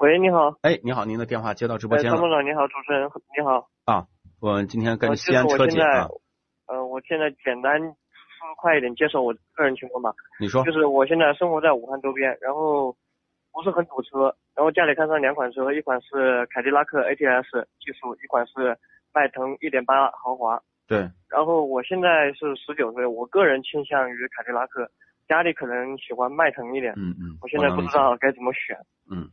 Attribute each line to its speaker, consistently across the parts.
Speaker 1: 喂，你好。
Speaker 2: 哎，你好，您的电话接到直播间
Speaker 1: 了。参谋长，你好，主持人，你好。
Speaker 2: 啊，我们今天跟西安车
Speaker 1: 姐啊。呃，我现在简单说快一点介绍我个人情况吧。
Speaker 2: 你说。
Speaker 1: 就是我现在生活在武汉周边，然后不是很堵车，然后家里看上两款车，一款是凯迪拉克 ATS 技术，一款是迈腾1.8豪华。
Speaker 2: 对。
Speaker 1: 然后我现在是十九岁，我个人倾向于凯迪拉克，家里可能喜欢迈腾一点。
Speaker 2: 嗯嗯。
Speaker 1: 我现在不知道该怎么选。
Speaker 2: 嗯。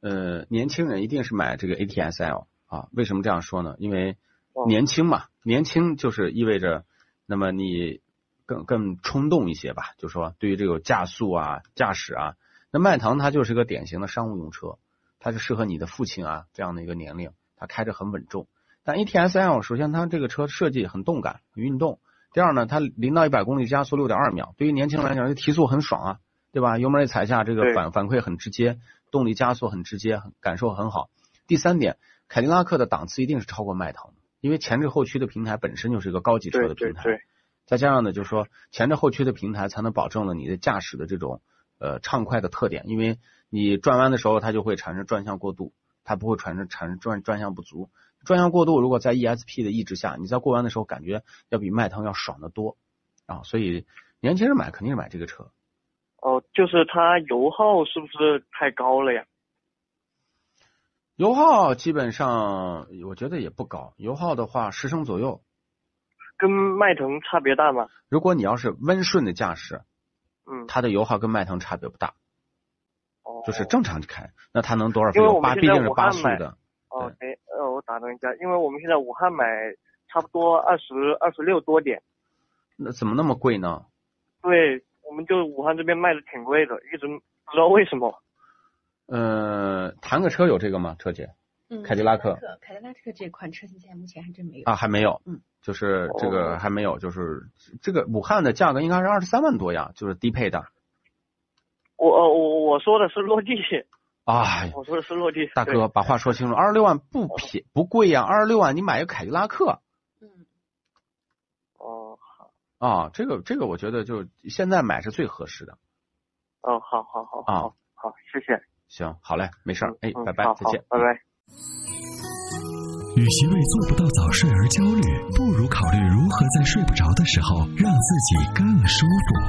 Speaker 2: 呃，年轻人一定是买这个 ATSL 啊？为什么这样说呢？因为
Speaker 1: 哦
Speaker 2: 年轻嘛，年轻就是意味着，那么你更更冲动一些吧，就说对于这个驾速啊、驾驶啊，那迈腾它就是个典型的商务用车，它是适合你的父亲啊这样的一个年龄，它开着很稳重。但 E ATSL 首先它这个车设计很动感、很运动，第二呢，它零到一百公里加速六点二秒，对于年轻人来讲，这提速很爽啊，对吧？油门一踩下，这个反反馈很直接。动力加速很直接，感受很好。第三点，凯迪拉克的档次一定是超过迈腾，因为前置后驱的平台本身就是一个高级车的平台，
Speaker 1: 对对对
Speaker 2: 再加上呢，就是说前置后驱的平台才能保证了你的驾驶的这种呃畅快的特点，因为你转弯的时候它就会产生转向过度，它不会产生产生转转向不足。转向过度如果在 ESP 的抑制下，你在过弯的时候感觉要比迈腾要爽得多啊，所以年轻人买肯定是买这个车。
Speaker 1: 哦，就是它油耗是不是太高了呀？
Speaker 2: 油耗基本上我觉得也不高，油耗的话十升左右。
Speaker 1: 跟迈腾差别大吗？
Speaker 2: 如果你要是温顺的驾驶，
Speaker 1: 嗯，
Speaker 2: 它的油耗跟迈腾差别不大。
Speaker 1: 哦。
Speaker 2: 就是正常开，那它能多少
Speaker 1: 因为我
Speaker 2: 八
Speaker 1: 们
Speaker 2: 毕竟是八速的。
Speaker 1: 哦，对，呃，我打断一下，因为我们现在武汉买差不多二十二十六多点。
Speaker 2: 那怎么那么贵呢？
Speaker 1: 对。我们就武汉这边卖的挺贵的，一直不知道为什么。
Speaker 2: 呃，谈个车有这个吗？车姐，
Speaker 3: 嗯，
Speaker 2: 凯迪拉克，
Speaker 3: 凯迪拉克这款车型现在目前还真没有
Speaker 2: 啊，还没有，
Speaker 3: 嗯，
Speaker 2: 就是这
Speaker 1: 哦
Speaker 2: 个还没有，就是这个武汉的价格应该是二十三万多呀，就是低配的。
Speaker 1: 我呃我我说的是落地，
Speaker 2: 哎，
Speaker 1: 我说的是落地。
Speaker 2: 大哥，把话说清楚，二十六万不便不贵呀，二十六万你买个凯迪拉克。
Speaker 3: 嗯。
Speaker 1: 哦，好。
Speaker 2: 啊，这个这个我觉得就现在买是最合适的。
Speaker 1: 哦，好好好，
Speaker 2: 啊，
Speaker 1: 好，谢谢。
Speaker 2: 行，好嘞，没事儿，哎，
Speaker 1: 嗯、
Speaker 2: 拜拜，再见，
Speaker 1: 拜拜。
Speaker 4: 与其为做不到早睡而焦虑，不如考虑如何在睡不着的时候让自己更舒服。